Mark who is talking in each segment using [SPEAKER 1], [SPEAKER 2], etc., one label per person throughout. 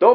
[SPEAKER 1] どう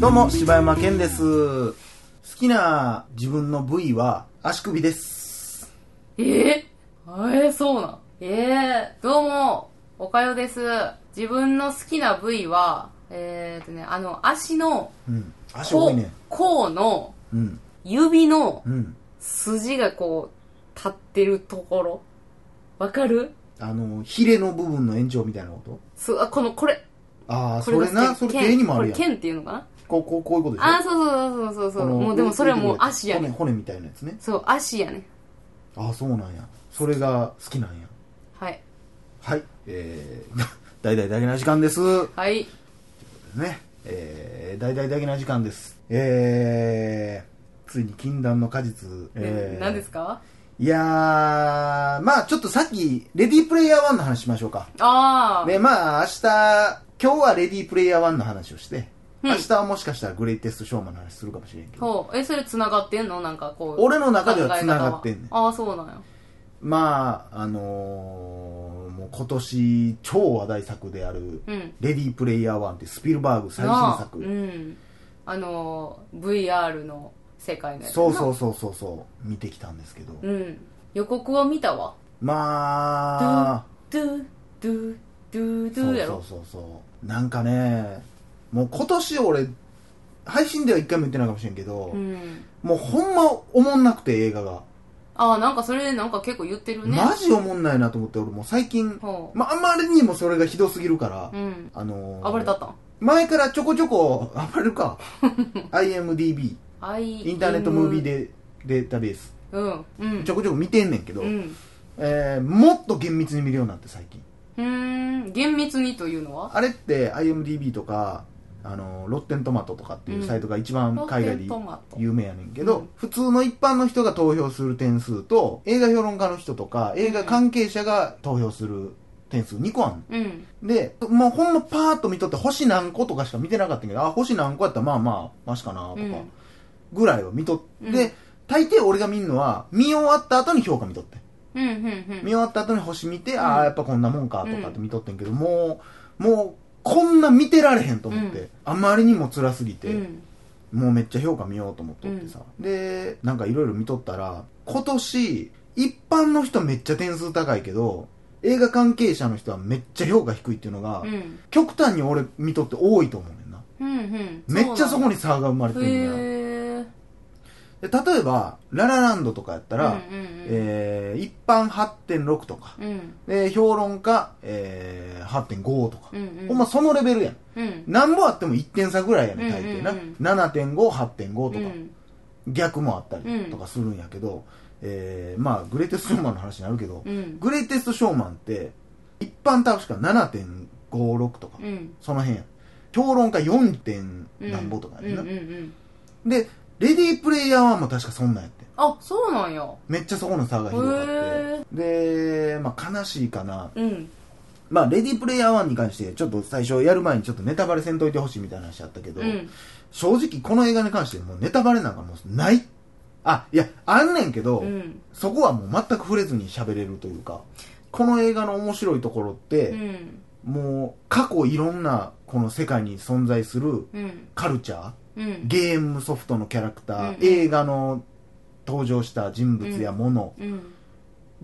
[SPEAKER 1] どうも、柴山健です。好きな自分の部位は足首です。
[SPEAKER 2] ええそうなん。ええどうも、おかよです。自分の好きな部位は、えー、とね、あの、足の、
[SPEAKER 1] うん。足
[SPEAKER 2] こ
[SPEAKER 1] 多
[SPEAKER 2] う
[SPEAKER 1] いね。
[SPEAKER 2] 甲の、
[SPEAKER 1] うん。
[SPEAKER 2] 指の
[SPEAKER 1] うん。
[SPEAKER 2] 筋がこう、立ってるところ。わかる
[SPEAKER 1] あの、ヒレの部分の延長みたいなこと
[SPEAKER 2] すあこの、これ、
[SPEAKER 1] ああ、そ
[SPEAKER 2] これが
[SPEAKER 1] れな、そ
[SPEAKER 2] 剣
[SPEAKER 1] れ手にもあるやん。
[SPEAKER 2] これ、剣っていうのかな
[SPEAKER 1] こう、こう、こういうことでしょ
[SPEAKER 2] あー、そうそうそうそうそう。
[SPEAKER 1] この
[SPEAKER 2] もうでもそれは
[SPEAKER 1] 上
[SPEAKER 2] もう
[SPEAKER 1] につい
[SPEAKER 2] 足
[SPEAKER 1] てる
[SPEAKER 2] や
[SPEAKER 1] つ
[SPEAKER 2] ね。
[SPEAKER 1] 骨、骨みたいなやつね。
[SPEAKER 2] そう、足やね。
[SPEAKER 1] ああ、そうなんや。それが好きなんや。
[SPEAKER 2] はい。
[SPEAKER 1] はい。えー、 大々だけな時間です。
[SPEAKER 2] はい。
[SPEAKER 1] ね。えー、大々だけな時間です。えー、ついに禁断の果実。え
[SPEAKER 2] え
[SPEAKER 1] ー、
[SPEAKER 2] 何ですか
[SPEAKER 1] いやー、まあちょっとさっき、レディープレイヤー1の話しましょうか。
[SPEAKER 2] あー。
[SPEAKER 1] ね、まあ明日、今日はレディープレイヤー1の話をして、
[SPEAKER 2] うん
[SPEAKER 1] 明日はもしかしたらグレイテストショーマンの話するかもしれんけど。
[SPEAKER 2] ほうえそれ繋がってんのなんかこう
[SPEAKER 1] 俺の中では繋がってんねん
[SPEAKER 2] 考え方はああそうなんや
[SPEAKER 1] まああのーもう今年超話題作である
[SPEAKER 2] うん
[SPEAKER 1] 「レディープレイヤー1」ってスピルバーグ最新作、
[SPEAKER 2] なあうんあのー VR の世界のやつな
[SPEAKER 1] そうそうそうそうそう見てきたんですけど、
[SPEAKER 2] うん予告は見たわ
[SPEAKER 1] まあ
[SPEAKER 2] ドゥドゥドゥド
[SPEAKER 1] そう
[SPEAKER 2] ゥや
[SPEAKER 1] そ
[SPEAKER 2] ろ
[SPEAKER 1] うそうそうなんかねもう今年俺配信では一回も言ってないかもしれんけど、
[SPEAKER 2] うん
[SPEAKER 1] もうほんまおもんなくて映画が、
[SPEAKER 2] ああなんかそれなんか結構言ってるね
[SPEAKER 1] マジおもんないなと思って俺もう最近、
[SPEAKER 2] ほう
[SPEAKER 1] まああまりにもそれがひどすぎるから、
[SPEAKER 2] うん
[SPEAKER 1] あのー
[SPEAKER 2] 暴れたったん
[SPEAKER 1] 前からちょこちょこ暴れる か IMDB インターネットムービーデデータベース
[SPEAKER 2] うんうん
[SPEAKER 1] ちょこちょこ見てんねんけど、
[SPEAKER 2] うん
[SPEAKER 1] えーもっと厳密に見るようになって最近
[SPEAKER 2] うーん厳密にというのは
[SPEAKER 1] あれって IMDB とかあのロッテントマトとかっていうサイトが一番
[SPEAKER 2] うん
[SPEAKER 1] 海外で
[SPEAKER 2] ロッテントマト
[SPEAKER 1] 有名やねんけど、
[SPEAKER 2] うん
[SPEAKER 1] 普通の一般の人が投票する点数と映画評論家の人とか映画関係者が投票する点数2個あんの
[SPEAKER 2] うん
[SPEAKER 1] で、もうほんまパーッと見とって星何個とかしか見てなかったけど、あ、星何個やったらまあまあ、マシかなとか、
[SPEAKER 2] うん
[SPEAKER 1] ぐらいは見とって、
[SPEAKER 2] うん
[SPEAKER 1] 大抵俺が見るのは、見終わった後に評価見とって。
[SPEAKER 2] うんうん
[SPEAKER 1] 見終わった後に星見て、
[SPEAKER 2] ん
[SPEAKER 1] ああ、やっぱこんなもんかとかって見とってんけど、もう、もう、こんな見てられへんと思って、
[SPEAKER 2] うん
[SPEAKER 1] あまりにも辛すぎ
[SPEAKER 2] う
[SPEAKER 1] て、
[SPEAKER 2] んうん
[SPEAKER 1] もうめっちゃ評価見ようと思っとってさ。で、なんかいろいろ見とったら、今年、一般の人めっちゃ点数高いけど、映画関係者の人はめっちゃ評価低いっていうのが、
[SPEAKER 2] うん
[SPEAKER 1] 極端に俺見とって多いと思うねんな
[SPEAKER 2] うんうん
[SPEAKER 1] めっちゃそこ
[SPEAKER 2] に
[SPEAKER 1] に差が生まれてるんだよ
[SPEAKER 2] へえ
[SPEAKER 1] で例えば「ララランド」とかやったら、
[SPEAKER 2] うんうんうん
[SPEAKER 1] えー一般8.6とか、
[SPEAKER 2] うん
[SPEAKER 1] で評論家、えー8.5とか、
[SPEAKER 2] うんうん
[SPEAKER 1] ほんまそのレベルやん
[SPEAKER 2] うん
[SPEAKER 1] なんぼあっても1点差ぐらいやねん大抵な、
[SPEAKER 2] うんうんうん
[SPEAKER 1] 7.58.5とか、
[SPEAKER 2] うん
[SPEAKER 1] 逆もあったりとかするんやけど、えーまあグレイテストショーマンの話になるけど、
[SPEAKER 2] うん
[SPEAKER 1] グレイテストショーマンって一般多分しか7.56とか、
[SPEAKER 2] うん
[SPEAKER 1] その辺や評論家4点なんぼとかやねんな、
[SPEAKER 2] うんうんうん
[SPEAKER 1] でレディープレイヤー1も確かそんなんやってん
[SPEAKER 2] あそうなんや
[SPEAKER 1] めっちゃそこの差がひどかっ
[SPEAKER 2] へ
[SPEAKER 1] てで、まあ、悲しいかな、
[SPEAKER 2] うん
[SPEAKER 1] まあ、レディープレイヤー1に関してちょっと最初やる前にちょっとネタバレせんといてほしいみたいな話あったけど、
[SPEAKER 2] うん
[SPEAKER 1] 正直この映画に関してもうネタバレなんかもうないあいやあんねんけど、
[SPEAKER 2] うん
[SPEAKER 1] そこはもう全く触れずに喋れるというかこの映画の面白いところって、
[SPEAKER 2] うん
[SPEAKER 1] もう過去いろんなこの世界に存在する
[SPEAKER 2] うん
[SPEAKER 1] カルチャー
[SPEAKER 2] うん
[SPEAKER 1] ゲームソフトのキャラクター、
[SPEAKER 2] うん
[SPEAKER 1] 映画の登場した人物やもの
[SPEAKER 2] うん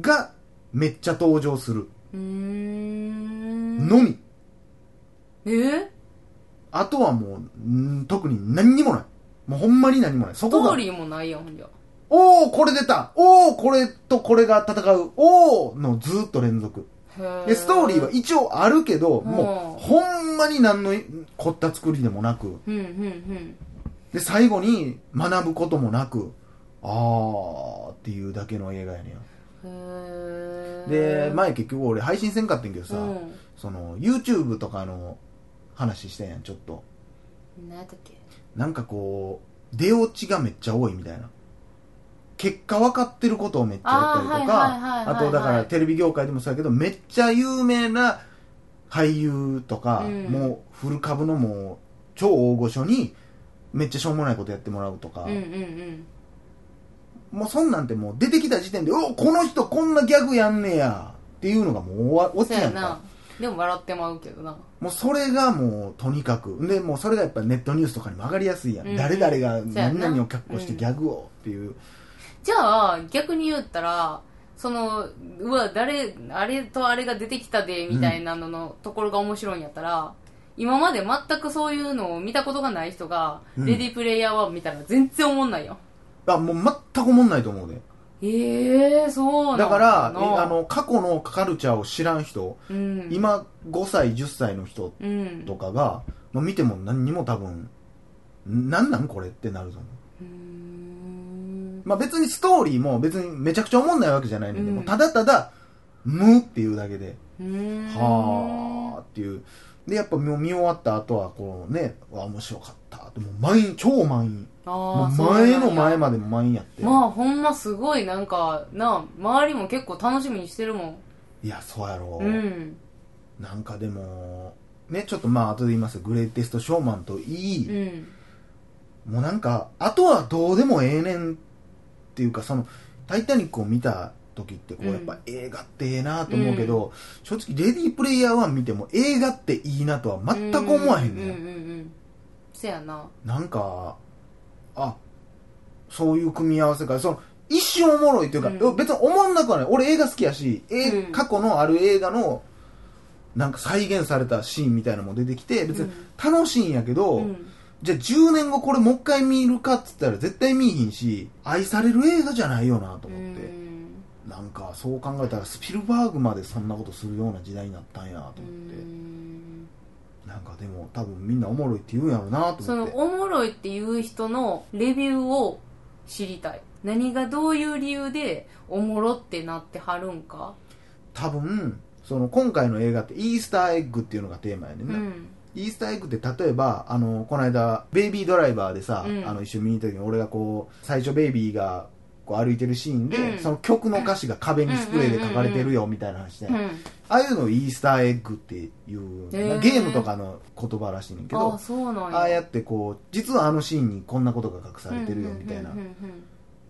[SPEAKER 1] がめっちゃ登場する
[SPEAKER 2] うーん
[SPEAKER 1] のみ、
[SPEAKER 2] え
[SPEAKER 1] あとはもうん特に何にもないもうほんまに何もないそ
[SPEAKER 2] スト
[SPEAKER 1] こ
[SPEAKER 2] ー
[SPEAKER 1] が
[SPEAKER 2] リーもないやんほんじゃ
[SPEAKER 1] おおこれ出たおおこれとこれが戦うおおのずーっと連続
[SPEAKER 2] へ
[SPEAKER 1] でストーリーは一応あるけど
[SPEAKER 2] うん
[SPEAKER 1] もうほんまに何の凝った作りでもなく
[SPEAKER 2] うんうん
[SPEAKER 1] で最後に学ぶこともなくあーっていうだけの映画やね
[SPEAKER 2] へ
[SPEAKER 1] ん。
[SPEAKER 2] え
[SPEAKER 1] で、前結局俺配信せんかってんけどさ、
[SPEAKER 2] うん
[SPEAKER 1] その、YouTube とかの話してんやん、ちょっと。
[SPEAKER 2] 何やったっけ
[SPEAKER 1] なんかこう、出落ちがめっちゃ多いみたいな。結果分かってることをめっちゃやったりと
[SPEAKER 2] あーはいはいはいはい
[SPEAKER 1] か、
[SPEAKER 2] はい
[SPEAKER 1] あとだからテレビ業界でもそうやけど、めっちゃ有名な俳優とか、
[SPEAKER 2] うん
[SPEAKER 1] もうフル株のもう超大御所に、めっちゃしょうもないことやってもらうとか、
[SPEAKER 2] うんうんうん
[SPEAKER 1] もうそんなんてもう出てきた時点で、おこの人こんなギャグやんねやっていうのがもう終わ落
[SPEAKER 2] そ
[SPEAKER 1] ちや
[SPEAKER 2] うや
[SPEAKER 1] んか
[SPEAKER 2] な。でも笑ってまうけどな
[SPEAKER 1] もうそれがもうとにかく。で、もうそれがやっぱネットニュースとかにも上がりやすいやん。
[SPEAKER 2] うん
[SPEAKER 1] 誰々が
[SPEAKER 2] そうやな
[SPEAKER 1] 何々を脚光してギャグをっていう。
[SPEAKER 2] じゃあ逆に言ったらそのうわ誰あれとあれが出てきたでみたいなののところが面白いんやったら、今まで全くそういうのを見たことがない人が、
[SPEAKER 1] うん
[SPEAKER 2] レディープレイヤー1見たら全然思んないよ
[SPEAKER 1] あ、もう全く思んないと思うで。
[SPEAKER 2] ええそうなん
[SPEAKER 1] だから、
[SPEAKER 2] な
[SPEAKER 1] えあ、の、過去のカルチャーを知らん人、
[SPEAKER 2] うん、
[SPEAKER 1] 今5歳、10歳の人
[SPEAKER 2] うん
[SPEAKER 1] とかが、もう見ても何にも多分、んなんなんこれってなると思う。
[SPEAKER 2] うーん
[SPEAKER 1] まあ別にストーリーも別にめちゃくちゃ思んないわけじゃないので、
[SPEAKER 2] うん
[SPEAKER 1] もうただただ、無っていうだけで、
[SPEAKER 2] うーん
[SPEAKER 1] はーっていう。で、やっぱもう見終わった後は、こうね、わ面白かったって。もう満員、超満員。も
[SPEAKER 2] あ
[SPEAKER 1] う
[SPEAKER 2] ー
[SPEAKER 1] 前の前
[SPEAKER 2] ま
[SPEAKER 1] までも満員やって。
[SPEAKER 2] まあほんますごいなんかな周りも結構楽しみにしてるもん
[SPEAKER 1] いや、そうやろ。
[SPEAKER 2] うん
[SPEAKER 1] なんかでも、ね、ちょっとまあ後で言いますグレイテストショーマンといい、
[SPEAKER 2] うん
[SPEAKER 1] もうなんか、あとはどうでもええねんっていうか、その、タイタニックを見た時って、こう、
[SPEAKER 2] うん
[SPEAKER 1] やっぱ映画ってええなと思うけど、正直、レディープレイヤー1見ても映画っていいなとは全く思わへんね
[SPEAKER 2] うんうん
[SPEAKER 1] ん。
[SPEAKER 2] うんうんせやな
[SPEAKER 1] なんか、あ、そういう組み合わせか、その、一瞬おもろいというか、
[SPEAKER 2] うん
[SPEAKER 1] 別におもんなくはない。俺映画好きやし、え
[SPEAKER 2] うん
[SPEAKER 1] 過去のある映画の、なんか再現されたシーンみたいなのも出てきて、別に楽しいんやけど、
[SPEAKER 2] うん
[SPEAKER 1] じゃあ10年後これもう一回見るかっつったら絶対見いひんし、愛される映画じゃないよなと
[SPEAKER 2] う
[SPEAKER 1] 思って。
[SPEAKER 2] ん
[SPEAKER 1] なんか、そう考えたらスピルバーグまでそんなことするような時代になったんやと
[SPEAKER 2] う
[SPEAKER 1] 思って。
[SPEAKER 2] ん
[SPEAKER 1] なんかでも多分みんなおもろいって言うんやろうなと
[SPEAKER 2] そ
[SPEAKER 1] 思って。
[SPEAKER 2] のおもろいっていう人のレビューを知りたい何がどういう理由でおもろってなってはるんか
[SPEAKER 1] 多分その今回の映画ってイースターエッグっていうのがテーマやねん
[SPEAKER 2] う
[SPEAKER 1] な、
[SPEAKER 2] ん
[SPEAKER 1] イースターエッグって例えばあのこの間ベイビードライバーでさ、
[SPEAKER 2] うん
[SPEAKER 1] あの一緒に見に行った時に俺がこう最初ベイビーがこう歩いてるシーンで、
[SPEAKER 2] うん
[SPEAKER 1] その曲の歌詞が壁にスプレーで書かれてるよみたいな話で、
[SPEAKER 2] う
[SPEAKER 1] あ
[SPEAKER 2] ん
[SPEAKER 1] あいうのをイースターエッグっていう、
[SPEAKER 2] へー
[SPEAKER 1] ゲームとかの言葉らしいねんけ
[SPEAKER 2] ああ
[SPEAKER 1] ど
[SPEAKER 2] そうなんや
[SPEAKER 1] ああやってこう実はあのシーンにこんなことが隠されてるよみたいな、
[SPEAKER 2] うんうんうんうん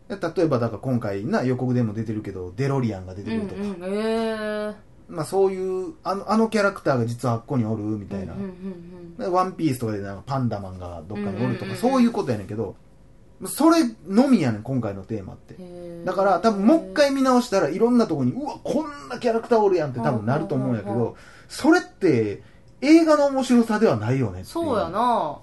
[SPEAKER 1] で例えばだから今回な予告でも出てるけどデロリアンが出てくるとか、
[SPEAKER 2] うんうん、え
[SPEAKER 1] まあ、そういうあのあのキャラクターが実はあっこにおるみ
[SPEAKER 2] え
[SPEAKER 1] たいな、
[SPEAKER 2] うんうんうん
[SPEAKER 1] でワンピースとかでなんかパンダマンがどっかにおるとか、
[SPEAKER 2] うんうんうん
[SPEAKER 1] そういうことやねんけどそれのみやねん今回のテーマって
[SPEAKER 2] うん、
[SPEAKER 1] だから多分もう一回見直したらいろんなとこにうわこんなキャラクターおるやんって多分なると思うんやけ
[SPEAKER 2] うんうんうんう
[SPEAKER 1] どそれって映画の面白さではないよねってい
[SPEAKER 2] そうやな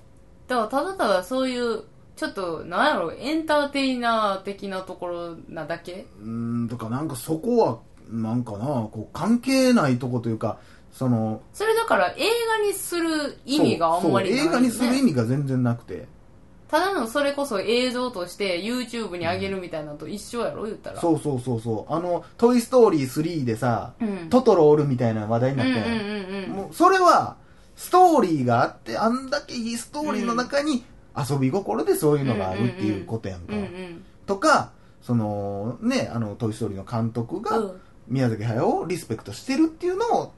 [SPEAKER 2] だからただただそういうちょっとなんやろエンターテイナー的なところなだけ
[SPEAKER 1] うーんとかなんかそこはなんかなこう関係ないとこというかその
[SPEAKER 2] それだから映画にする意味があんまりない、ね、
[SPEAKER 1] そうそう映画にする意味が全然なくて
[SPEAKER 2] ただのそれこそ映像として YouTube に上げるみたいなのと一緒やろ言ったら
[SPEAKER 1] そうそうそうそうあの「トイ・ストーリー3」でさ
[SPEAKER 2] う、ん、
[SPEAKER 1] トトロおるみたいな話題に
[SPEAKER 2] う
[SPEAKER 1] なんっ
[SPEAKER 2] うん
[SPEAKER 1] たやん
[SPEAKER 2] うんうん
[SPEAKER 1] もうそれはストーリーがあってあんだけいいストーリーの中に遊び心でそういうのがあるっていうことやんか、
[SPEAKER 2] うんうん
[SPEAKER 1] とかそのねあの「トイ・ストーリー」の監督
[SPEAKER 2] う
[SPEAKER 1] が
[SPEAKER 2] ん
[SPEAKER 1] 宮崎駿をリスペクトしてるっていうのを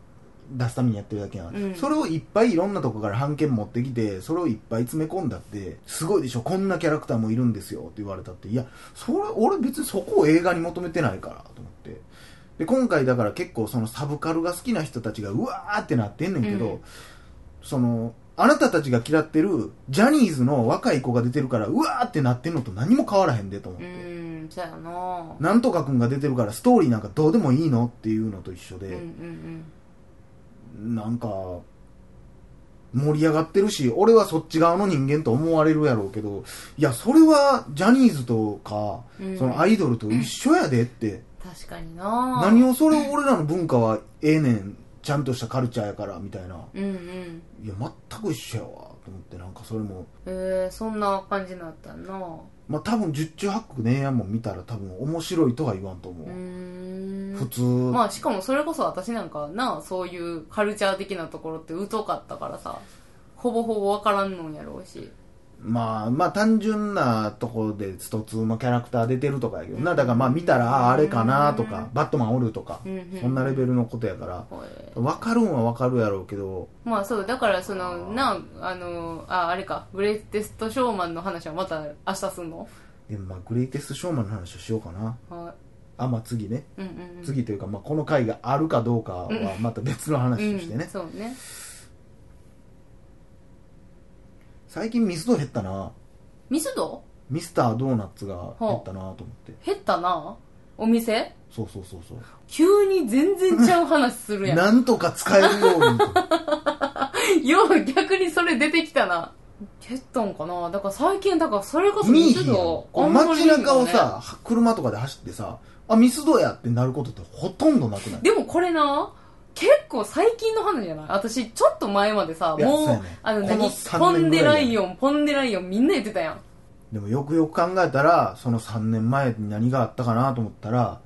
[SPEAKER 1] 出すためにやってるだけやん、
[SPEAKER 2] うん
[SPEAKER 1] それをいっぱいいろんなとこから版権持ってきてそれをいっぱい詰め込んだってすごいでしょこんなキャラクターもいるんですよって言われたっていやそれ俺別にそこを映画に求めてないからと思ってで今回だから結構そのサブカルが好きな人たちがうわーってなってんねんけど、
[SPEAKER 2] うん
[SPEAKER 1] そのあなたたちが嫌ってるジャニーズの若い子が出てるからうわーってなってんのと何も変わらへんでと思っ
[SPEAKER 2] う
[SPEAKER 1] て、
[SPEAKER 2] んそうやな
[SPEAKER 1] なんとかくんが出てるからストーリーなんかどうでもいいのっていうのと一緒
[SPEAKER 2] うんう
[SPEAKER 1] で、
[SPEAKER 2] ん
[SPEAKER 1] なんか盛り上がってるし俺はそっち側の人間と思われるやろうけどいやそれはジャニーズとか、
[SPEAKER 2] うん
[SPEAKER 1] そのアイドルと一緒やでって、
[SPEAKER 2] うん確かにな
[SPEAKER 1] 何をそれを俺らの文化はええねんちゃんとしたカルチャーやからみたいな
[SPEAKER 2] うんうん
[SPEAKER 1] いや全く一緒やわと思ってなんかそれも
[SPEAKER 2] えー、そんな感じになったな
[SPEAKER 1] まあ多分十中八九ねえやんもん見たら多分面白いとは言わんと思
[SPEAKER 2] うー
[SPEAKER 1] う、
[SPEAKER 2] ん
[SPEAKER 1] 普通、
[SPEAKER 2] まあしかもそれこそ私なんかなそういうカルチャー的なところって疎かったからさほぼほぼわからんのんやろうし
[SPEAKER 1] まあまあ単純なところでスト2のキャラクター出てるとかやけどなだからまあ見たらあああれかなとか、
[SPEAKER 2] う
[SPEAKER 1] バットマンおるとか、
[SPEAKER 2] うんうん
[SPEAKER 1] そんなレベルのことやから
[SPEAKER 2] ほえ
[SPEAKER 1] 分かるんは分かるやろうけど
[SPEAKER 2] まあそうだからその
[SPEAKER 1] あー
[SPEAKER 2] なあのああれかグレイテストショーマンの話はまた明日すんの
[SPEAKER 1] でもまあグレイテストショーマンの話をしようかな
[SPEAKER 2] は
[SPEAKER 1] あまあ次ね
[SPEAKER 2] いうんうんうん
[SPEAKER 1] 次というか、まあ、この回があるかどうかはまた別の話としてね、
[SPEAKER 2] うん、そうね
[SPEAKER 1] 最近ミスド減ったな
[SPEAKER 2] 密度
[SPEAKER 1] ミスタードーナツが減ったなと思って
[SPEAKER 2] 減ったなお店
[SPEAKER 1] そうそうそうそう
[SPEAKER 2] 急に全然ちゃう話するやん
[SPEAKER 1] なんとか使えるようにと
[SPEAKER 2] よう逆にそれ出てきたな減ったんかなだから最近だからそれこそ
[SPEAKER 1] 見えへ
[SPEAKER 2] 密
[SPEAKER 1] んやんこ
[SPEAKER 2] 度
[SPEAKER 1] う
[SPEAKER 2] あんまり
[SPEAKER 1] 街
[SPEAKER 2] いいよね
[SPEAKER 1] 中をさ車とかで走ってさあミスドやってなることってほとんどなくない
[SPEAKER 2] でもこれな結構最近の話じゃない私ちょっと前までさ
[SPEAKER 1] いや
[SPEAKER 2] もう
[SPEAKER 1] そうやね
[SPEAKER 2] あの
[SPEAKER 1] この
[SPEAKER 2] 何
[SPEAKER 1] 3
[SPEAKER 2] ポン
[SPEAKER 1] 年ぐ
[SPEAKER 2] デ
[SPEAKER 1] ら
[SPEAKER 2] ラ
[SPEAKER 1] いやね
[SPEAKER 2] イオンポンデライオンみんな言ってたやん
[SPEAKER 1] でもよくよく考えたらその3年前に何があったかなと思ったら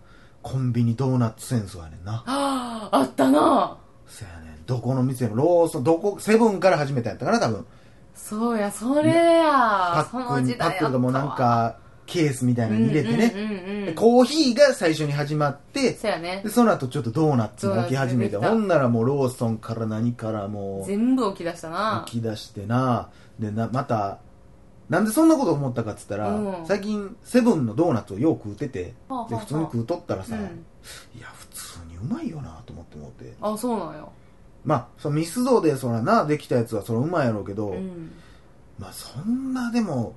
[SPEAKER 1] コンビニドーナツ戦争やねんな
[SPEAKER 2] あああったな
[SPEAKER 1] そやねんどこの店もローソンどこセブンから始めたんやったかな多分
[SPEAKER 2] そうやそれや
[SPEAKER 1] パ
[SPEAKER 2] そ
[SPEAKER 1] ック
[SPEAKER 2] の
[SPEAKER 1] に
[SPEAKER 2] 時
[SPEAKER 1] パ
[SPEAKER 2] 代
[SPEAKER 1] ックとかもうなん
[SPEAKER 2] あっ
[SPEAKER 1] かケースみた
[SPEAKER 2] た
[SPEAKER 1] い
[SPEAKER 2] わ
[SPEAKER 1] なのに入れて
[SPEAKER 2] う
[SPEAKER 1] ね、
[SPEAKER 2] んうんうんうん
[SPEAKER 1] コーヒーが最初に始まって
[SPEAKER 2] そうやね
[SPEAKER 1] でその後ちょっとドーナツも起き始めて
[SPEAKER 2] ドーナツ出てきた
[SPEAKER 1] ほんならもうローソンから何からもう
[SPEAKER 2] 全部起き出したな
[SPEAKER 1] 起き出してなでなまたなんでそんなこと思ったかっつったら、
[SPEAKER 2] うん
[SPEAKER 1] 最近セブンのドーナツをよう食うてて
[SPEAKER 2] はあはあ
[SPEAKER 1] で
[SPEAKER 2] はあ
[SPEAKER 1] 普通に食うとったらさ、
[SPEAKER 2] うん
[SPEAKER 1] いや普通にうまいよなと思って思って
[SPEAKER 2] あそうなんや
[SPEAKER 1] まあそのミスドでそらなできたやつはそれうまいやろうけど、
[SPEAKER 2] うん
[SPEAKER 1] まあそんなでも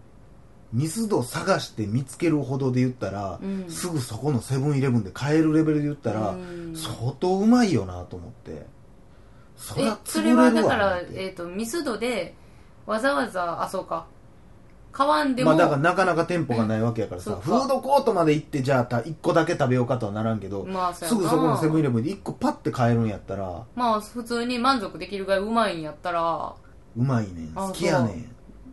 [SPEAKER 1] ミスド探して見つけるほどで言ったら、
[SPEAKER 2] うん
[SPEAKER 1] すぐそこのセブンイレブンで買えるレベルで言ったら、
[SPEAKER 2] うん
[SPEAKER 1] 相当うまいよなと思ってそり
[SPEAKER 2] え
[SPEAKER 1] ゃ
[SPEAKER 2] そ
[SPEAKER 1] 潰
[SPEAKER 2] れは
[SPEAKER 1] れ
[SPEAKER 2] だ
[SPEAKER 1] る
[SPEAKER 2] か
[SPEAKER 1] わな
[SPEAKER 2] ら
[SPEAKER 1] って
[SPEAKER 2] えっ、とミスドでわざわざあそうか買わんで
[SPEAKER 1] ま
[SPEAKER 2] も、
[SPEAKER 1] あだからなかなか店舗がないわけやからさ
[SPEAKER 2] うん
[SPEAKER 1] フードコートまで行ってじゃあた1個だけ食べようかとはならんけど、
[SPEAKER 2] まあうや
[SPEAKER 1] す
[SPEAKER 2] な
[SPEAKER 1] ぐそこのセブンイレブンで1個パッて買えるんやったら
[SPEAKER 2] まあ普通に満足できるぐらいうまいんやったら
[SPEAKER 1] うまいねん
[SPEAKER 2] あ
[SPEAKER 1] 好きやね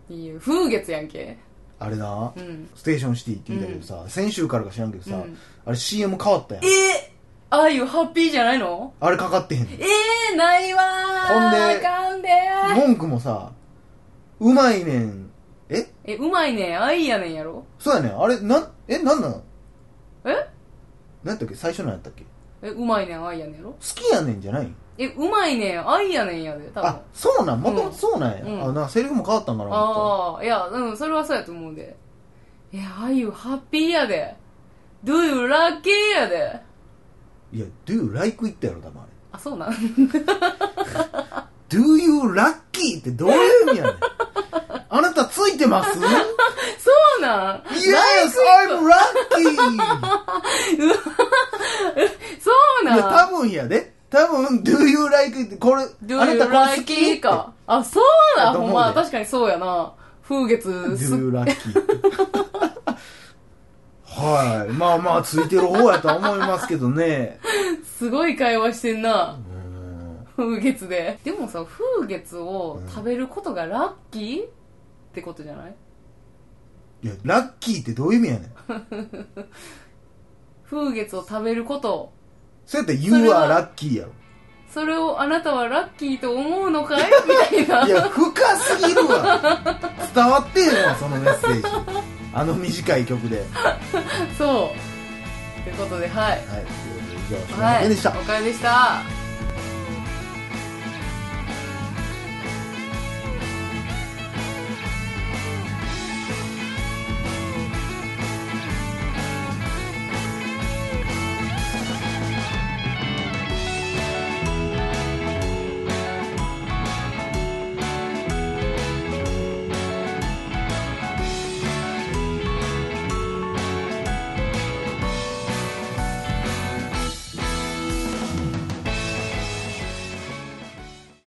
[SPEAKER 1] ん
[SPEAKER 2] いいよ風月やんけ
[SPEAKER 1] あれな、
[SPEAKER 2] うん
[SPEAKER 1] ステーションシティって言うたけどさ、先週からか知らんけどさ、
[SPEAKER 2] うん
[SPEAKER 1] あれ CM 変わったやん
[SPEAKER 2] えああいうハッピーじゃないの
[SPEAKER 1] あれかかってへんねん
[SPEAKER 2] ええないわー
[SPEAKER 1] ほんで
[SPEAKER 2] あかんでー
[SPEAKER 1] 文句もさうまいねんえ
[SPEAKER 2] えうまいねんあいやねんやろ
[SPEAKER 1] そうやねんあれなんえなんなん
[SPEAKER 2] え
[SPEAKER 1] なんやったっけ最初なんやったっけ好
[SPEAKER 2] えうまいねんあいやねんやろ
[SPEAKER 1] きやねんじゃないん
[SPEAKER 2] えうまいねんあいやねんやで多分
[SPEAKER 1] あそうなんもともとそうなんや、
[SPEAKER 2] うん
[SPEAKER 1] あなセリフも変わったんかな思った
[SPEAKER 2] ああいやうんそれはそうやと思うでえああいうハッピーやで Do you lucky やで
[SPEAKER 1] いや、do you like it やろ、多分あれ。
[SPEAKER 2] あそうなん
[SPEAKER 1] do you lucky ってどういう意味やね ん。あなたついてます
[SPEAKER 2] そうなん
[SPEAKER 1] ?Yes, I'm lucky!
[SPEAKER 2] そ
[SPEAKER 1] い
[SPEAKER 2] う
[SPEAKER 1] や、
[SPEAKER 2] な
[SPEAKER 1] 多
[SPEAKER 2] ん
[SPEAKER 1] 分やで。多分、do you like it ってこれ、
[SPEAKER 2] Do
[SPEAKER 1] あな
[SPEAKER 2] you
[SPEAKER 1] たこれ好き
[SPEAKER 2] lucky かあそう
[SPEAKER 1] だ
[SPEAKER 2] なん
[SPEAKER 1] と思
[SPEAKER 2] ほ
[SPEAKER 1] うんで
[SPEAKER 2] ま確かにそうやな風
[SPEAKER 1] って。
[SPEAKER 2] 月
[SPEAKER 1] do
[SPEAKER 2] す
[SPEAKER 1] you lucky? はい。まあまあ、ついてる方やとは思いますけどね。
[SPEAKER 2] すごい会話してんな
[SPEAKER 1] うーん。
[SPEAKER 2] 風月ででもさ風月を食べることがラッキーってことじゃない
[SPEAKER 1] いや、ラッキーってどういう意味やねん。
[SPEAKER 2] 風月を食べること
[SPEAKER 1] そうやったら、
[SPEAKER 2] そ
[SPEAKER 1] you
[SPEAKER 2] れ
[SPEAKER 1] are
[SPEAKER 2] は
[SPEAKER 1] lucky やろ。
[SPEAKER 2] それをあなたはラッキーと思うのかいみたいない
[SPEAKER 1] や深すぎるわ伝わってへんわそのメッセージあの短い曲ではい
[SPEAKER 2] そう。ということで、はい。
[SPEAKER 1] ということで以上「し
[SPEAKER 2] は
[SPEAKER 1] ま
[SPEAKER 2] い。
[SPEAKER 1] でした
[SPEAKER 2] おかえりでした。